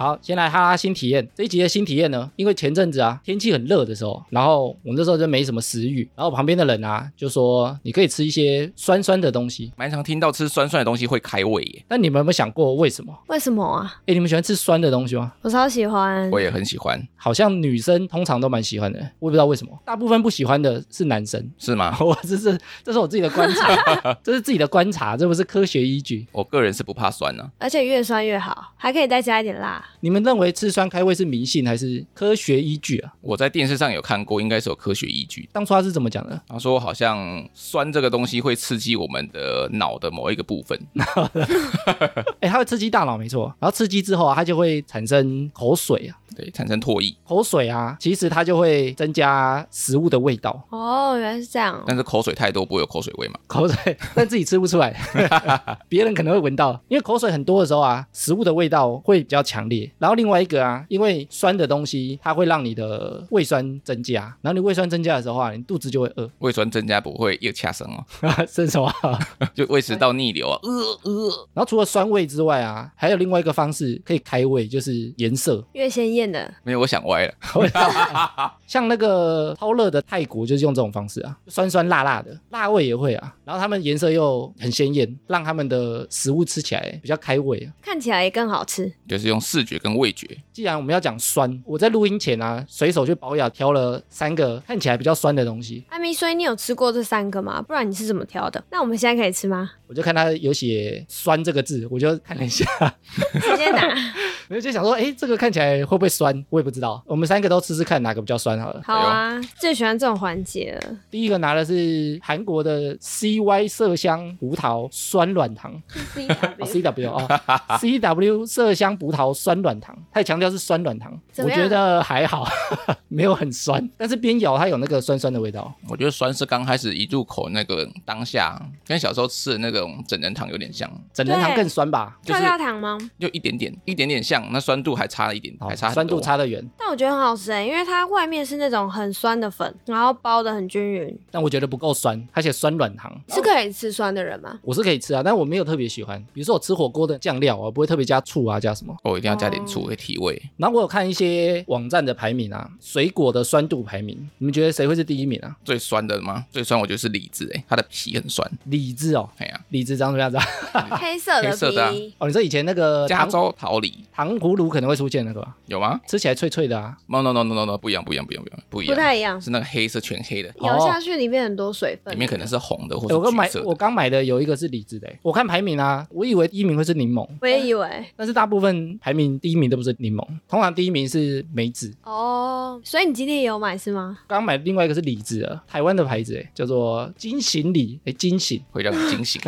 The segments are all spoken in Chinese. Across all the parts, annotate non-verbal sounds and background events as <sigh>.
好，先来哈拉新体验这一集的新体验呢，因为前阵子啊天气很热的时候，然后我那时候就没什么食欲，然后旁边的人啊就说你可以吃一些酸酸的东西，蛮常听到吃酸酸的东西会开胃耶，但你们有没有想过为什么？为什么啊？哎，你们喜欢吃酸的东西吗？我超喜嗯欢我，也很喜欢，好像女生通常都蛮喜欢的，我也不知道为什么，大部分不喜欢的是男生。 <laughs> 是吗？ <laughs> 我这是这是我自己的观察，这是自己的观察，这不是科学依据。我个人是不怕酸啊呢、而且越酸越好，还可以再加一点辣。你们认为吃酸开胃是迷信还是科学依据啊？我在电视上有看过，应该是有科学依据的。当初他是怎么讲的？他说好像酸这个东西会刺激我们的脑的某一个部分，嗯哎、它会刺激大脑，没错。然后刺激之后啊，它就会产生口水啊，对，产生唾液。口水啊，其实它就会增加食物的味道。哦，原来是这样。但是口水太多不会有口水味嘛？口水，但自己吃不出来， <laughs> 别人可能会闻到。因为口水很多的时候啊，食物的味道会比较强烈。然后另外一个啊，因为酸的东西，它会让你的胃酸增加，然后你胃酸增加的时候啊，你肚子就会饿。 <laughs> 胃酸增加不会又掐生哦， <laughs> 伸手啊。就胃食道逆流啊。嗯呃 <laughs> 然后除了酸味之外啊，还有另外一个方式可以开胃，就是颜色。越鲜艳的，没有，我想歪了。像那个超热的泰国就是用这种方式啊，酸酸辣辣的，辣味也会啊。然后他们颜色又很鲜艳，让他们的食物吃起来比较开胃啊。看起来也更好吃。就是用视觉跟味觉，既然我们要讲酸，我在录音前啊，随手去保养挑了三个看起来比较酸的东西，艾米，所以你有吃过这三个吗？不然你是怎么挑的？那我们现在可以 <laughs> 吃吗？我就看它有写“酸”这个字，我就看了一下，直接拿，我就想说，哎，这个看起来会不会酸？我也不知道。我们三个都吃吃看哪个比较酸好了。好啊，最喜欢这种环节 <laughs> 了。第一个拿的是韩国的 CY 麝香葡萄酸软糖，哦 CW 哦 <laughs> CW 麝香葡萄酸软糖，它也强调是酸软糖，怎我么样觉得还好， <laughs> 没有很酸，但是边咬它有那个酸酸的味道。我觉得酸是刚开始一入口那个当下，啊跟小时候吃的那种整人糖有点像，整人糖对更酸吧？就是跳跳糖吗？就一点点，一点点像，那酸度还差了一点，好还差很哦酸度多差得远，但我觉得很好吃哎、因为它外面是那种很酸的粉，然后包的很均匀。但我觉得不够酸，它写酸软糖。是可以吃酸的人吗？我是可以吃啊，但我没有特别喜欢。比如说我吃火锅的酱料啊，我不会特别加醋啊，加什么。哦，一定要加点醋会提味。然后我有看一些网站的排名啊，水果的酸度排名，你们觉得谁会是第一名啊？最酸的吗？最酸我觉得是李子，哎，它的皮很酸。李子哦，哎呀、李子长什么样子啊？黑色的哦黑色的啊皮，哦，你说以前那个加糖州桃李糖葫芦可能会出现那个吧，有吗吃起来脆脆的啊。 ？No No No No No No，不一样，不一样，不一样，不一样，不一不样，太一样。是那个黑色全黑的，哦咬下去里面很多水分，里面可能是红的或欸我者刚买橘色我的。刚买的有一个是李子的欸、我看排名啊，我以为第一名会是柠檬，我也以为但是大部分排名第一名都不是柠檬，通常第一名是梅子。哦，所以你今天也有买是吗？刚买另外一个是李子的，台湾的牌子、欸，叫做金醒李，哎、金醒，会让你惊醒，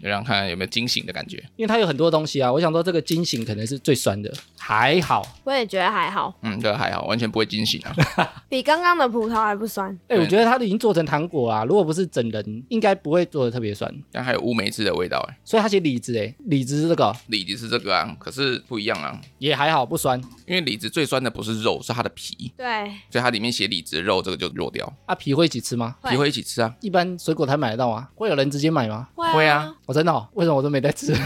就让看有没有惊醒的感觉。因为它有很多东西啊，我想说这个金醒可能是最酸的，还好，我也觉得还好，嗯，这个还好，完全不会惊醒啊。比刚刚的葡萄还不酸。哎、对我觉得它已经做成糖果啊，如果不是整人，应该不会做的特别酸，但还有乌梅汁的味道，哎，所以它写李子、欸，哎，李子是这个李子是这个啊，可是不一样啊，也还好，不酸因为李子最酸的不是肉，是它的皮，对，所以它里面写李子肉，这个就弱掉。啊，皮会一起吃吗？会皮会一起吃啊，一般水果摊买得到吗？会有人直接买吗？会会啊啊，我、真的、哦，为什么我都没在吃？ <laughs>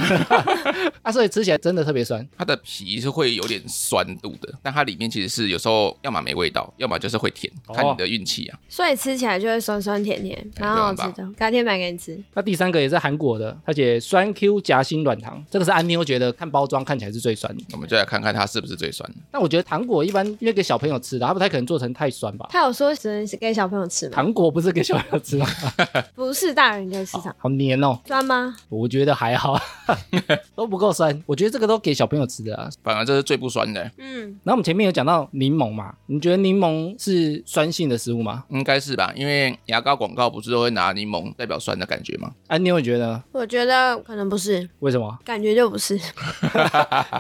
啊，所以吃起来真的特别酸。它的皮是会有点酸度的，但它里面其实是有时候要么没味道，要么就是会甜，哦看你的运气啊。所以吃起来就会酸酸甜甜，哎蛮好吃的。改天买给你吃。那第三个也是韩国的，它写酸 Q 夹心软糖，这个是安妞觉得看包装看起来是最酸的。我们就来看看它是不是最酸的。但我觉得糖果一般因为给小朋友吃的，它不太可能做成太酸吧？他有说只能给小朋友吃吗？糖果不是给小朋友吃吗？不是大人可以吃 <laughs> 糖，好黏哦，酸吗？我觉得还好， <laughs> 都不够酸。我觉得这个都给小朋友吃的啊。反而这是最不酸的，嗯，然后我们前面有讲到柠檬嘛，你觉得柠檬是酸性的食物吗？应该是吧？因为牙膏广告不是都会拿柠檬代表酸的感觉吗？安妞你觉得呢？我觉得可能不是，为什么？感觉就不是。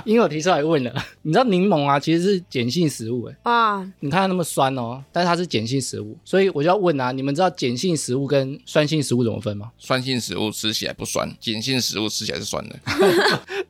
因为我提出来问了，你知道柠檬啊其实是碱性食物欸诶，哇，你看它那么酸哦，但是它是碱性食物，所以我就要问啊，你们知道碱性食物跟酸性食物怎么分吗？ <laughs> 酸性食物吃起来不酸，碱性食物吃起来是酸的。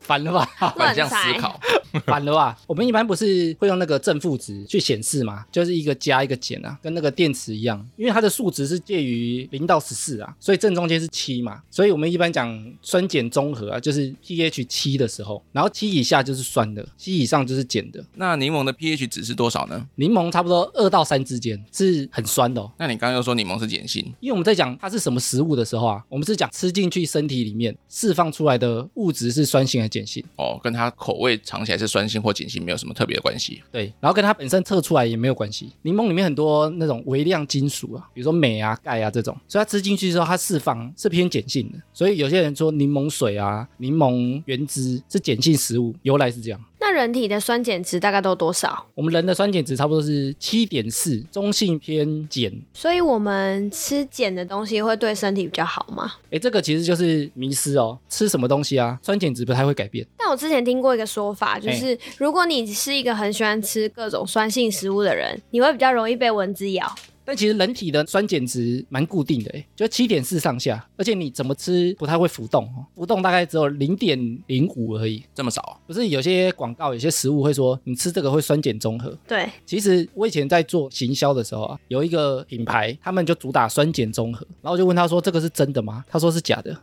反了吧， <laughs> 反向思考，反了吧。我们一般不是会用那个正负值去显示嘛，就是一个加一个减啊，跟那个电池一样，因为它的数值是介于零到十四啊，所以正中间是七嘛，所以我们一般讲酸碱中和啊，就是 pH 七的时候，然后七以下就是酸的，七以上就是碱的。那柠檬的 pH 值是多少呢？柠檬差不多二到三之间是很酸的哦。那你刚刚又说柠檬是碱性，因为我们在讲它是什么食物的时候啊，我们是讲吃进去身体里面释放出来的物质是酸性还是碱性，哦，跟它口味尝起来是酸性或碱性没有什么特别的关系。对，然后跟它本身测出来也没有关系。柠檬里面很多那种微量金属啊，比如说镁啊、钙啊这种，所以它吃进去之后，它释放是偏碱性的。所以有些人说柠檬水啊、柠檬原汁是碱性食物，由来是这样。那人体的酸碱值大概都有多少？我们人的酸碱值差不多是七点四，中性偏碱。所以我们吃碱的东西会对身体比较好吗？哎，这个其实就是迷失哦，吃什么东西啊，酸碱值不太会改变。但我之前听过一个说法，就是如果你是一个很喜欢吃各种酸性食物的人，你会比较容易被蚊子咬。但其实人体的酸碱值蛮固定的、欸，就七点四上下，而且你怎么吃不太会浮动哦，浮动大概只有零点零五而已。这 <laughs> 么少啊、不是有些广告有些食物会说你吃这个会酸碱中和，对，其实我以前在做行销的时候啊，有一个品牌他们就主打酸碱中和，然后我就问他说这个是真的吗？他说是假的，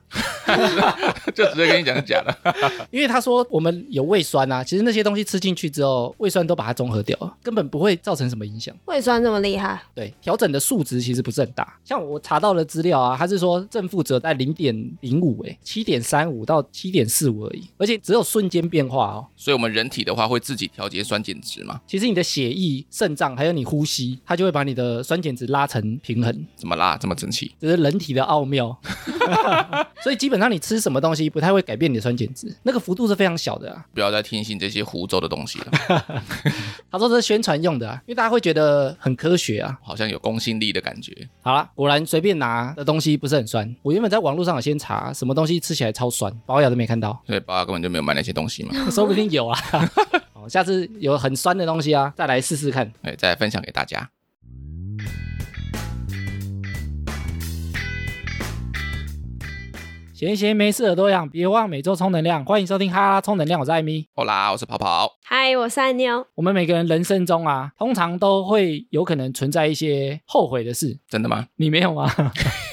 就直接跟你讲是假的。因为他说我们有胃酸啊，其实那些东西吃进去之后，胃酸都把它中和掉了，根本不会造成什么影响。胃酸这么厉害，对，调整的数值其实不是很大。像我查到的资料啊，它是说正负值在零点零五，哎，七点三五到七点四五而已，而且只有瞬间变化哦。所以我们人体的话会自己调节酸碱值嘛？其实你的血液、肾脏还有你呼吸，它就会把你的酸碱值拉成平衡，怎么啦？这么整齐？这是人体的奥妙。所以基本上你吃什么东西不太会改变你的酸碱值，那个幅度是非常小的啊。不要再听信这些胡诌的东西了， <laughs> 他说这是宣传用的啊，因为大家会觉得很科学啊。好像有公信力的感觉。好啦，果然随便拿的东西不是很酸。我原本在网络上有先查什么东西吃起来超酸，保养都没看到，所以爸爸根本就没有买那些东西 <laughs> 嘛。说不定有啊。好，下次有很酸的东西啊，再来试试看。哎，再分享给大家。闲闲没事耳朵痒，别忘每周充能量。欢迎收听哈拉充能量，我是艾米。好啦，我是跑跑，嗨，我是爱妞，我们每个人人生中啊，通常都会有可能存在一些后悔的事，真 <laughs> 的吗？你没有吗？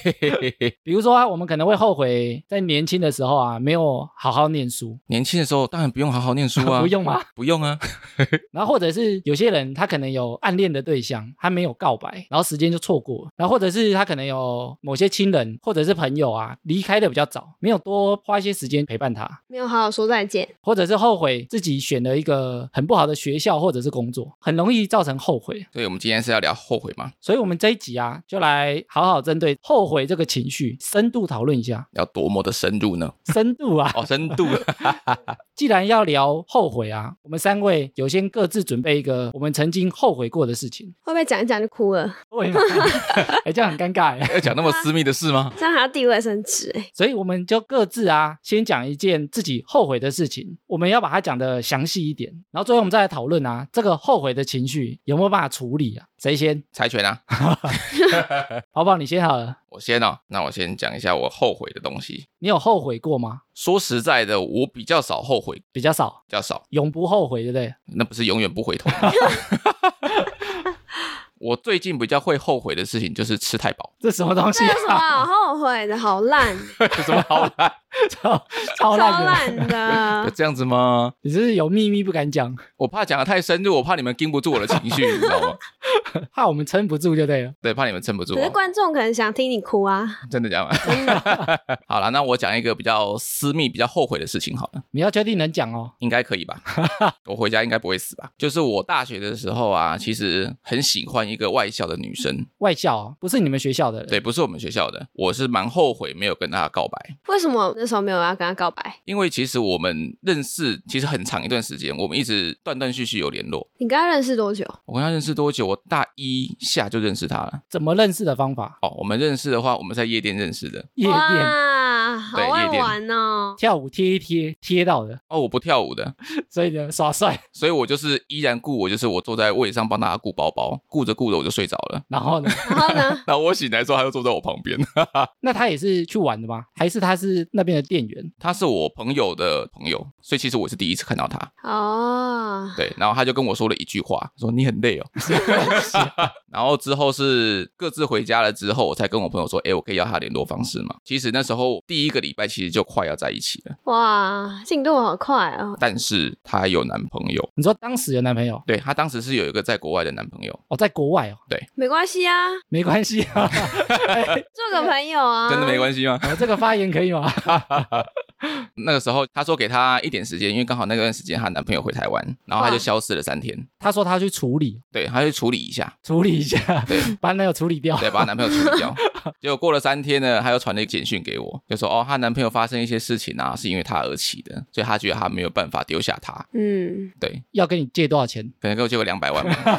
嘿嘿嘿，比如说、啊，我们可能会后悔在年轻的时候啊，没有好好念书，年轻的时候当然不用好好念书啊， <laughs> 不用吗？不用啊，然后或者是有些人他可能有暗恋的对象，他没有告白，然后时间就错过了，然后或者是他可能有某些亲人或者是朋友啊离开的比较早，没有多花一些时间陪伴他，没有好好说再见。或者是后悔自己选了一个很不好的学校或者是工作，很容易造成后悔。所以我们今天是要聊后悔吗？所以，我们这一集啊，就来好好针对后悔这个情绪，深度讨论一下。要多么的深入 <laughs> 呢？深度啊，哦，深度， <laughs> 既然要聊后悔啊，我们三位有先各自准备一个我们曾经后悔过的事情。会不会讲一讲就哭了？会吗？哎，这样很尴尬哎。要讲那么私密的事吗？这样还要递卫生纸、欸？所以我们就各自啊，先讲一件自己后悔的事情，我们要把它讲的详细一点，然后最后我们再来讨论啊，这个后悔的情绪有没有办法处理啊？谁先？柴犬啊，宝宝，你先好了。我先哦，那我先讲一下我后悔的东西。你有后悔过吗？说实在的，我比较少后悔，比较少，比较少，永不后悔，对不对？那不是永远不回 <laughs> 头。<laughs> 我最近比较会后悔的事情就是吃太饱，这什么东西这有什么啊？ <laughs> 好后悔的？<laughs> 好烂，有什么好啦？超超超烂的。烂 <laughs> 有 <laughs> 的。这样子吗？你是不是有秘密不敢讲，我怕讲的太深入，我怕你们经不住我的情 <laughs> 绪，你知道吗？怕我们撑不住就对了。对，怕你们撑不住可是哦。观众可能想听你哭啊，真的讲吗？ <laughs> 好了，那我讲一个比较私密、比较后悔的事情好了，你要确定能讲哦。应该可以 <laughs> 吧？我回家应该不会死吧？就是我大学的时候啊，其实很喜欢一个外校的女生，外校哦不是你们学校的人，对，不是我们学校的，我是蛮后悔没有跟她告白。为什么那时候没有要跟他告白？因为其实我们认识其实很长一段时间，我们一直断断续续有联络。你跟他认识多久？我跟她认识多久？我大一下就认识她了。怎么认识的方法？哦，我们认识的话，我们在夜店认识的。夜店。哇哇，好对爱夜店玩哦！跳舞贴一贴贴到的，哦，我不跳舞的，所以呢耍帅，所以我就是依然顾我，就是我坐在位上帮大家顾包包，顾着顾着我就睡着了。然后呢，然后呢， <laughs> 那我醒来之后，他就坐在我旁边。 <laughs> 那他也是去玩的吗？还是他是那边的店员？他是我朋友的朋友，所以其实我是第一次看到他。哦，对，然后他就跟我说了一句话，说你很累哦。 <laughs> 然后之后是各自回家了之后，我才跟我朋友说，哎，我可以要他联络方式吗？其实那时候第一个礼拜其实就快要在一起了，哇，进度好快哦！但是她有男朋友。你说当时有男朋友对她当时是有一个在国外的男朋友，哦，在国外哦，没关系啊，没关系啊， <laughs> 做个朋友 <laughs> 啊，真的没关系吗？我这个发言可以吗？ <laughs> 那个时候她说给她一点时间，因为刚好那段时间她男朋友回台湾，然后她就消失了三天。他说他要去处理对，她去处理一下，处理一下，对，把男友处理掉。对，把她男朋友处理掉。结果过了三天呢，她又传了一个简讯给我，就说哦，她男朋友发生一些事情啊，是因为她而起的，所以她觉得她没有办法丢下他。嗯，对，要跟你借多少钱？可能给我借个两百万吧，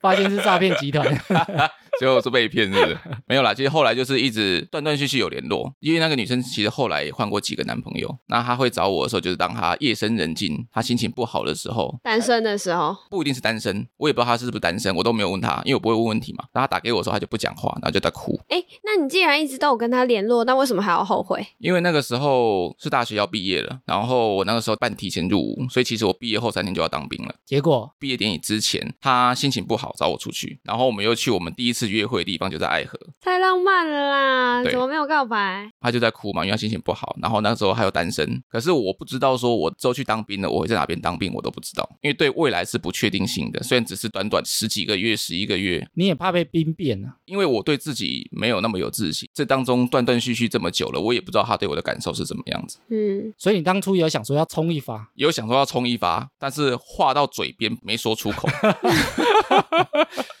发现是诈骗集团， <laughs> 结果是被骗，是不是？没有啦，其实后来就是一直断断续续有联络，因为那个女生其实后来也换过几个男朋友。那她会找我的时候，就是当她夜深人静，她心情不好的时候，单身的时候，不一定是单身，我也不知道他是不是单身，我都没有问他，因为我不会问问题嘛。然后他打给我的时候，他就不讲话，然后就在哭。哎，那你既然一直都有跟他联络，那为什么还要后悔？因为那个时候是大学要毕业了，然后我那个时候办提前入伍，所以其实我毕业后三天就要当兵了。结果毕业典礼之前，他心情不好找我出去，然后我们又去我们第一次约会的地方，就在爱河，太浪漫了啦，对怎么没有告白？他就在哭嘛，因为他心情不好。然后那时候还有单身，可是我不知道说我之后去当兵了，我会在哪边当兵，我都不知道，因为对未来是不确定性的。虽然只是短短十几个月、十一个月，你也怕被兵变啊？因为我对自己没有那么有自信，这当中断断续续这么久了，我也不知道他对我的感受是怎么样子。嗯，所以你当初有想说要冲一发，有想说要冲一发，但是话到嘴边没说出口。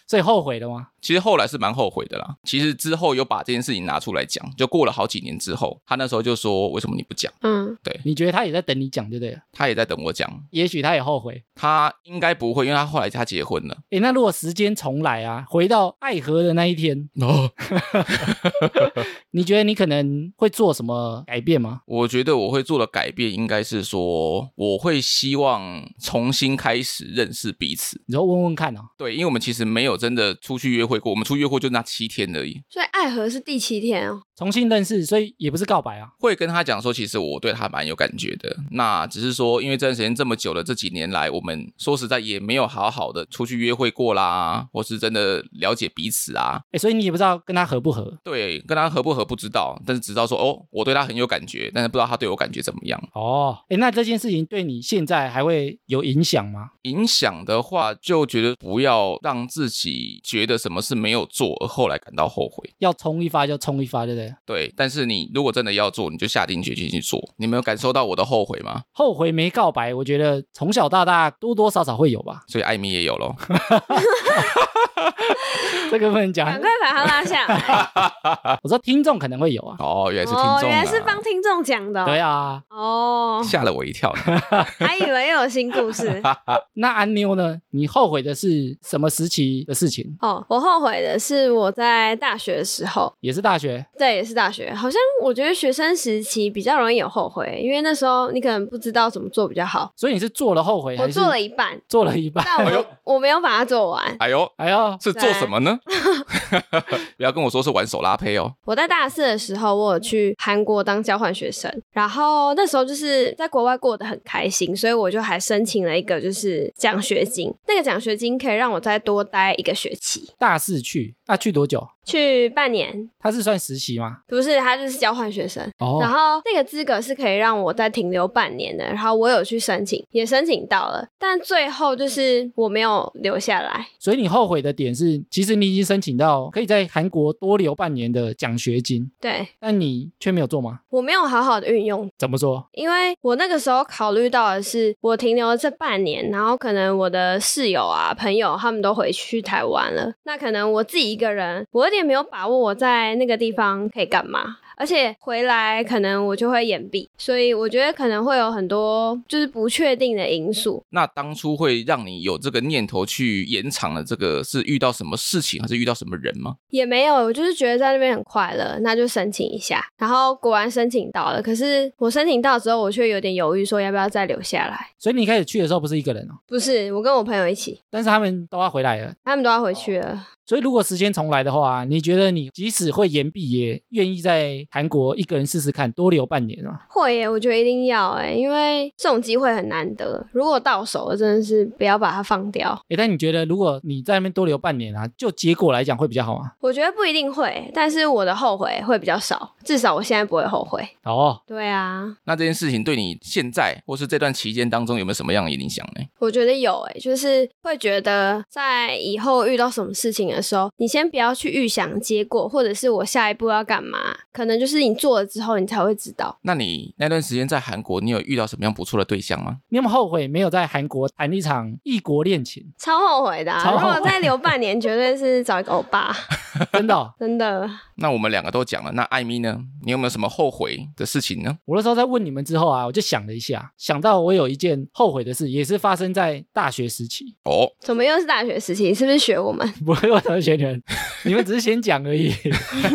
所以后悔了吗？其实后来是蛮后悔的啦。其实之后有把这件事情拿出来讲，就过了好几年之后，他那时候就说：“为什么你不讲嗯，你觉得他也在等你讲，对不对？？”他也在等我讲。也许他也后悔。他应该不会，因为他后来他结婚了。诶，那如果时间重来啊，回到爱河的那一 <laughs> 天，哦，你觉得你可能会做什么改变吗？我觉得我会做的改变应该是说，我会希望重新开始认识彼此。你说问问看哦。对，因为我们其实没有真的出去约会过，我们出去约会就那七天而已。所以爱河是第七天哦，重新认识，所以也不是告白啊。会跟他讲说，其实我对他蛮有感觉的。那只是说，因为这段时间这么久了，这几年来，我们说实在也没有好好的出去约会过啦，或是真的了解彼此啊。诶，所以你也不知道跟他合不合对，跟他合不合不知道，但是只知道说，哦，我对他很有感觉，但是不知道他对我感觉怎么样。哦。诶，那这件事情对你现在还会有影响吗？影响的话，就觉得不要让自己觉得什么事没有做，而后来感到后悔。要冲一发就冲一发，对不对？对，但是你如果真的要做，你就下定决心去做。你没有感受到我的后悔吗？后悔没告白，我觉得从小到大多多少少会有吧。 <laughs> 所以艾米也有咯。这个不能 <laughs> 啊讲赶。快把他拉 <laughs> 下来。我说听众可能会有啊。哦，原来是听众、啊哦，原来是帮听众讲的哦、对啊，哦，吓了我一跳。还以为又有新 <laughs> 故事。那安妞呢？你后悔的是什么时期的事情？哦，我后悔的是我在大学的时候，也是大学，对，也是大学。好像我觉得学生时期比较容易有后悔，因为那时候你可能不知道怎么做比较好。所以你是做了后悔，我还是做了一半，做了一半？但我、我没有把它做完。哎呦，哎呦，是做什么呢？ <laughs> 不要跟我说是玩手拉胚哦。我在大四的时候，我有去韩国当交换学生，然后那时候就是在国外过得很开心，所以我就还申请了一个就是奖学金，那个奖学金可以让我再多待一个学期，大四去，那、去多久？去半年，他是算实习吗？不是，他就是交换学生。哦然后那个资格是可以让我再停留半年的，然后我有去申请，也申请到了，但最后就是我没有留下来。所以你后悔的点是，其实你已经申请到可以在韩国多留半年的奖学金，对但你却没有做吗？我没有好好的运用，怎么说？因为我那个时候考虑到的是，我停留了这半年，然后可能我的室友啊、朋友他们都回去台湾了，那可能我自己一个人，我有点没有把握我在那个地方可以干嘛。而且回来可能我就会延毕，所以我觉得可能会有很多就是不确定的因素。那当初会让你有这个念头去延长的这个，是遇到什么事情，还是遇到什么人吗？也没有，我就是觉得在那边很快乐，那就申请一下。然后果然申请到了，可是我申请到之后，我却有点犹豫，说要不要再留下来。所以你一开始去的时候不是一个人哦，不是，我跟我朋友一起，但是他们都要回来了。他们都要回去了。所以如果时间重来的话，你觉得你即使会延毕，也愿意在韩国一个人试试看，多留半年啊吗？会耶，我觉得一定要哎，因为这种机会很难得，如果到手了，真的是不要把它放掉。诶，但你觉得如果你在那边多留半年啊，就结果来讲会比较好吗？我觉得不一定会，但是我的后悔会比较少，至少我现在不会后悔。哦，对啊，那这件事情对你现在或是这段期间当中有没有什么样的影响呢？我觉得有诶、就是会觉得在以后遇到什么事情的时候，你先不要去预想结果，或者是我下一步要干嘛，可能就是你做了之后，你才会知道。那你那段时间在韩国，你有遇到什么样不错的对象吗？你有没有后悔没有在韩国谈一场异国恋情？超后悔的、啊，超如后悔果再留半年，绝对是找一个欧巴，真的哦、真的。那我们两个都讲了，那艾米呢？你有没有什么后悔的事情呢？我那时候在问你们之后啊，我就想了一下，想到我有一件后悔的事，也是发生在大学时期。 <laughs> 哦，怎么又是大学时期？你是不是学我们？不会，我怎么选你们？你们只是先讲而已。 <laughs>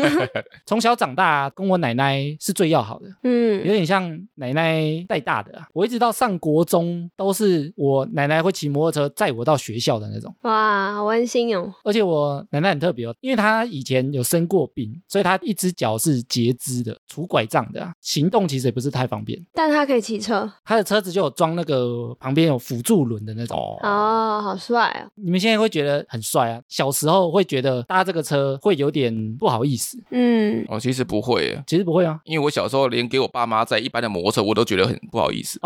从小长大、啊跟我奶奶是最要好的，有嗯，点像奶奶带大的啊、我一直到上国中都是我奶奶会骑摩托车载我到学校的那种。哇，好温馨哦。而且我奶奶很特别哦，因为她以前有生过病，所以她一只脚是截肢的，拄拐杖的、啊，行动其实也不是太方便。但他可以骑车她的车子就有装那个旁边有辅助轮的那种。哦，哦，好帅哦。你们现在会觉得很帅啊，小时候会觉得搭这个车会有点不好意思，嗯，哦我其实不会耶，。其实不会啊 <laughs> 因为我小时候连给我爸妈在一般的摩托车，我都觉得很不好意思。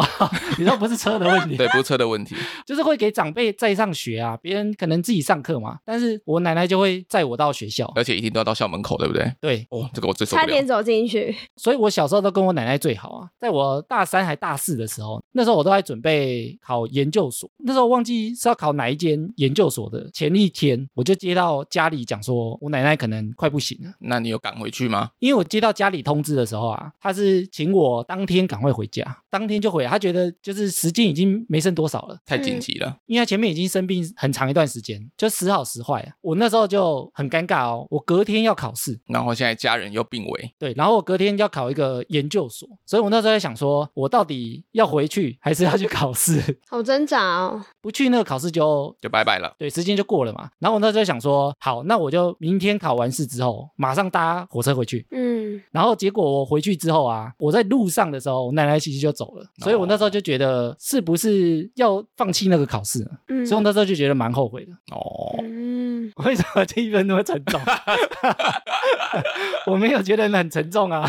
你说不是车的问题，对，不是车的问题。就是会给长辈载上学啊，别人可能自己上课嘛，但是我奶奶就会载我到学校。而且一定都要到校门口，对不对？对，哦，这个我最受不差点了。走进去。所以我小时候都跟我奶奶最好啊。在我大三还大四的时候，那时候我都在准备考研究所，那时候忘记是要考哪一间研究所的。前一天我就接到家里讲说，我奶奶可能快不行了，那你有赶回去吗？因为我接到家里通知的时候啊，他是请我当天赶快回家，当天就回来，他觉得就是时间已经没剩多少了。太紧急了，因为他前面已经生病很长一段时间，就时好时坏啊。我那时候就很尴尬哦，我隔天要考试，嗯然后现在家人又病危，对，然后我隔天要考一个研究所，所以我那时候在想说，我到底要回去还是要去考试？ <laughs> 好挣扎哦，不去那个考试就就拜拜了。对，时间就过了嘛。然后我那时候在想说，好，那我就明天考完试之后，马上搭火车回去。嗯，然后结果我回去之后啊，我在路上的时候，我奶奶其实就走了，所以我那时候就觉得是不是要放弃那个考试呢？嗯所以我那时候就觉得蛮后悔的。哦，嗯， <laughs> 为什么这一分那么沉重？ <laughs> 我没有觉得很沉重 <laughs> 啊。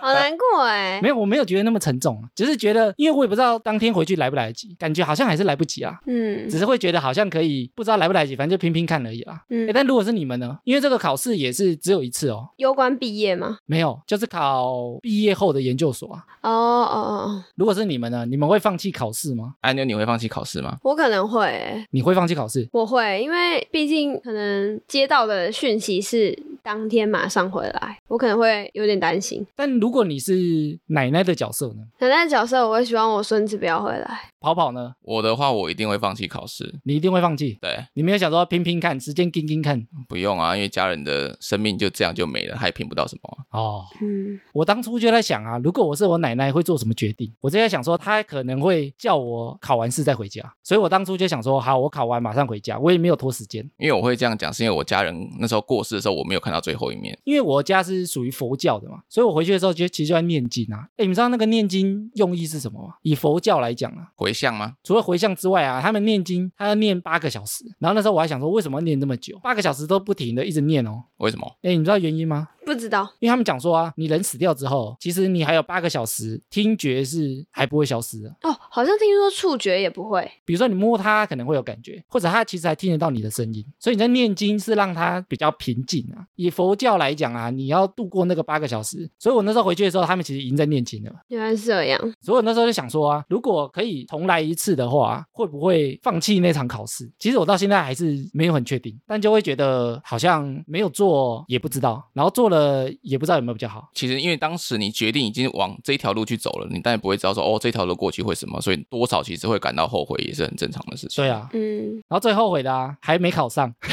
好难过 <laughs> 哎没。有，我没有觉得那么沉重啊，只是觉得，因为我也不知道当天回去来不来得及，感觉好像还是来不及啊，嗯只是会觉得好像可以，不知道来不来得及，反正就拼拼看而已啦。诶嗯，但如果是你们呢？因为这个考试也是只有一次哦，攸关毕业吗？没有，就是考毕业后的研究所啊。哦哦哦，如果是你们呢，你们会放弃考试吗？安妞，你会放弃考试吗？我可能会耶，你会放弃考试？我会，因为毕竟可能接到的讯息是当天马上回来，我可能会有点担心。但如果你是奶奶的角色呢？奶奶的角色，我会希望我孙子不要回来。跑跑呢？我的话，我一定会放弃考试。你一定会放弃。对，你没有想说拼拼看，时间盯盯看不用啊，因为家人的生命就这样就没了，他也拼不到什么啊、哦。嗯我当初就在想啊，如果我是我奶奶，会做什么决定？我就在想说，她可能会叫我考完试再回家，所以我当初就想说，好，我考完马上回家，我也没有拖时间，因为我会这样讲，是因为我家人那时候过世的时候，我没有看到最后一面。因为我家是属于佛教的嘛，所以我回去的时候就其实就在念经啊。哎，你们知道那个念经用意是什么吗？以佛教来讲啊。回向吗？除了回向之外啊，他们念经，他要念八个小时。然后那时候我还想说，为什么要念这么久？八个小时都不停的一直念哦。为什么？哎，你知道原因吗？不知道，因为他们讲说啊，你人死掉之后，其实你还有八个小时，听觉是还不会消失的。哦，好像听说触觉也不会，比如说你摸它可能会有感觉，或者它其实还听得到你的声音，所以你在念经是让它比较平静啊。以佛教来讲啊，你要度过那个八个小时，所以我那时候回去的时候，他们其实已经在念经了。原来是这样。所以我那时候就想说啊，如果可以重来一次的话，啊会不会放弃那场考试？其实我到现在还是没有很确定，但就会觉得好像没有做也不知道，然后做了也不知道有没有比较好。其实因为当时你决定已经往这一条路去走了，你当然不会知道说哦这条路过去会什么，所以多少其实会感到后悔，也是很正常的事情。对啊，嗯，然后最后悔的啊，还没考上。 <laughs>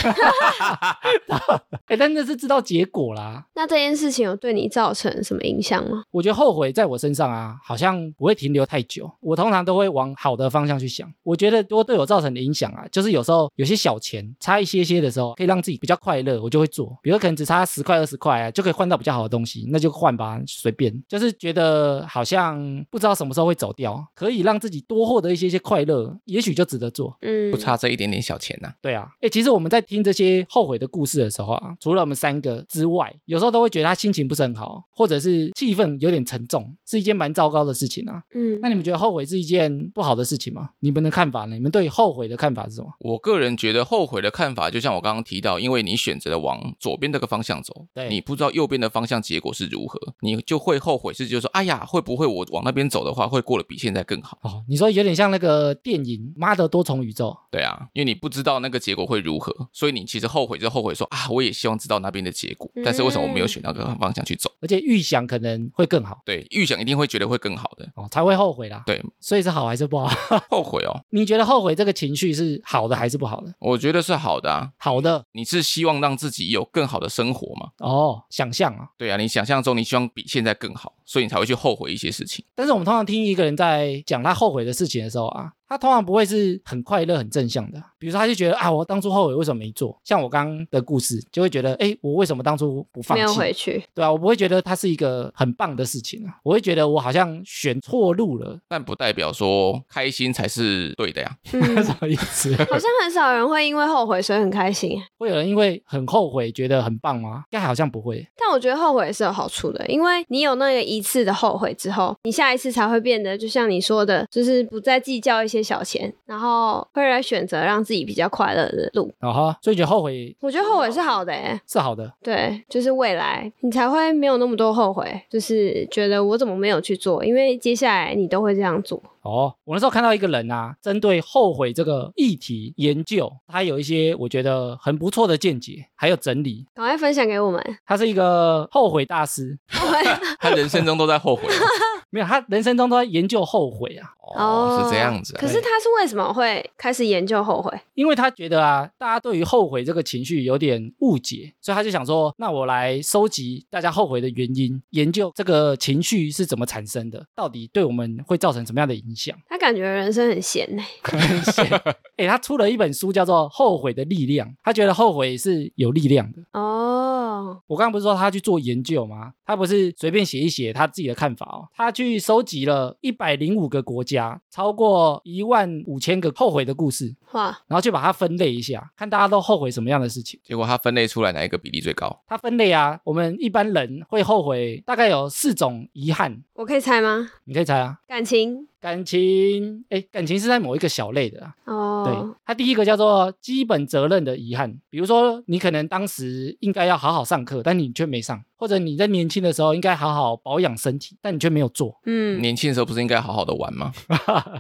哎、但那是知道结果啦。那这件事情有对你造成什么影响吗？我觉得后悔在我身上啊，好像不会停留太久。我通常都会往好的方向去想。我觉得多对我造成的影响啊，就是有时候有些小钱差一些些的时候，可以让自己比较快乐，我就会做。比如可能只差十块二十块啊，就可以换到比较好的东西，那就换吧，随便。就是觉得好像不知道什么时候会走掉，可以让自己多获得一些些快乐，也许就值得做。嗯，不差这一点点小钱呐、对啊，哎、其实我们在听这些后悔的故事的时候啊，除了我们三个之外，有时候都会觉得他心情不是很好，或者是气氛有点沉重，是一件蛮糟糕的事情啊。嗯，那你们觉得后悔是一件不好的事情吗？你们的看法呢？你们对后悔的看法是什么？我个人觉得后悔的看法，就像我刚刚提到，因为你选择了往左边这个方向走对，你不知道右边的方向结果是如何，你就会后悔，是就是说，哎呀，会不会我往那边走的话，会过得比现在更好？哦，你说有点像那个电影《妈的多重宇宙》，对啊，因为你不知道那个结果会如何，所以你其实后悔就后悔说啊，我也希望知道那边的结果，但是为什么我没有选到那个方向去走？而且预想可能会更好对，预想一定会觉得会更好的，哦，才会后悔啦。对，所以是好还是不好？ <laughs> 后悔哦，你觉得后悔这个情绪是好的还是不好的？我觉得是好的啊。好的你是希望让自己有更好的生活嘛？哦，想象啊。对啊，你想象中你希望比现在更好，所以你才会去后悔一些事情。但是我们通常听一个人在讲他后悔的事情的时候啊，他通常不会是很快乐、很正向的。比如说，他就觉得啊，我当初后悔为什么没做？像我刚刚的故事，就会觉得，哎，我为什么当初不放嗯没有回弃？去，对啊，我不会觉得它是一个很棒的事情啊，我会觉得我好像选错路了，但不代表说开心才是对的呀。嗯， <laughs> 什么意思？好像很少人会因为后悔所以很开心。欸会有人因为很后悔觉得很棒吗？应该好像不会。但我觉得后悔是有好处的，因为你有那个一次的后悔之后，你下一次才会变得就像你说的，就是不再计较一些小钱，然后会来选择让自己比较快乐的路。然后，哦所以觉得后悔我觉得后悔是好的、欸，是好的。对，就是未来你才会没有那么多后悔，就是觉得我怎么没有去做，因为接下来你都会这样做。哦，我那时候看到一个人啊，针对后悔这个议题研究，他有一些我觉得很不错的见解，还有整理。赶快分享给我们，他是一个后悔大师，他人生中都在后悔。 <laughs> 没有，他人生中都在研究后悔啊，哦，是这样子啊、可是他是为什么会开始研究后悔？因为他觉得啊，大家对于后悔这个情绪有点误解，所以他就想说，那我来收集大家后悔的原因，研究这个情绪是怎么产生的，到底对我们会造成什么样的影响。他感觉人生很闲呢、诶，他出了一本书叫做《后悔的力量》，他觉得后悔是有力量的。哦，我刚刚不是说他去做研究吗？他不是随便写一写他自己的看法哦，他去收集了一百零五个国家，超过一万五千个后悔的故事，哇，然后去把它分类一下，看大家都后悔什么样的事情。结果他分类出来哪一个比例最高？他分类啊，我们一般人会后悔大概有四种遗憾，我可以猜吗？你可以猜啊。感情感情，哎，感情是在某一个小类的、啊，哦对，，它第一个叫做基本责任的遗憾，比如说你可能当时应该要好好上课，但你却没上，或者你在年轻的时候应该好好保养身体，但你却没有做， <laughs> 嗯，年轻的时候不是应该好好的玩吗？